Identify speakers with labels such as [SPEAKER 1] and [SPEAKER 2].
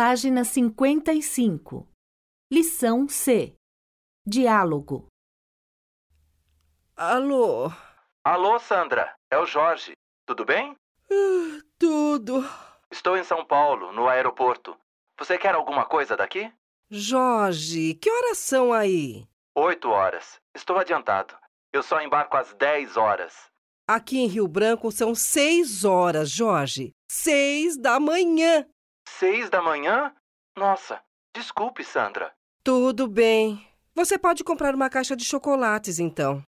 [SPEAKER 1] Página 55. Lição C. Diálogo.
[SPEAKER 2] Alô?
[SPEAKER 3] Alô, Sandra. É o Jorge. Tudo bem?
[SPEAKER 2] Ah, Tudo.
[SPEAKER 3] Estou em São Paulo, no aeroporto. Você quer alguma coisa daqui?
[SPEAKER 2] Jorge, que horas são aí?
[SPEAKER 3] Oito horas. Estou adiantado. Eu só embarco às dez horas.
[SPEAKER 2] Aqui em Rio Branco são seis horas, Jorge. Seis da manhã.
[SPEAKER 3] Seis da manhã? Nossa, desculpe, Sandra.
[SPEAKER 2] Tudo bem. Você pode comprar uma caixa de chocolates, então.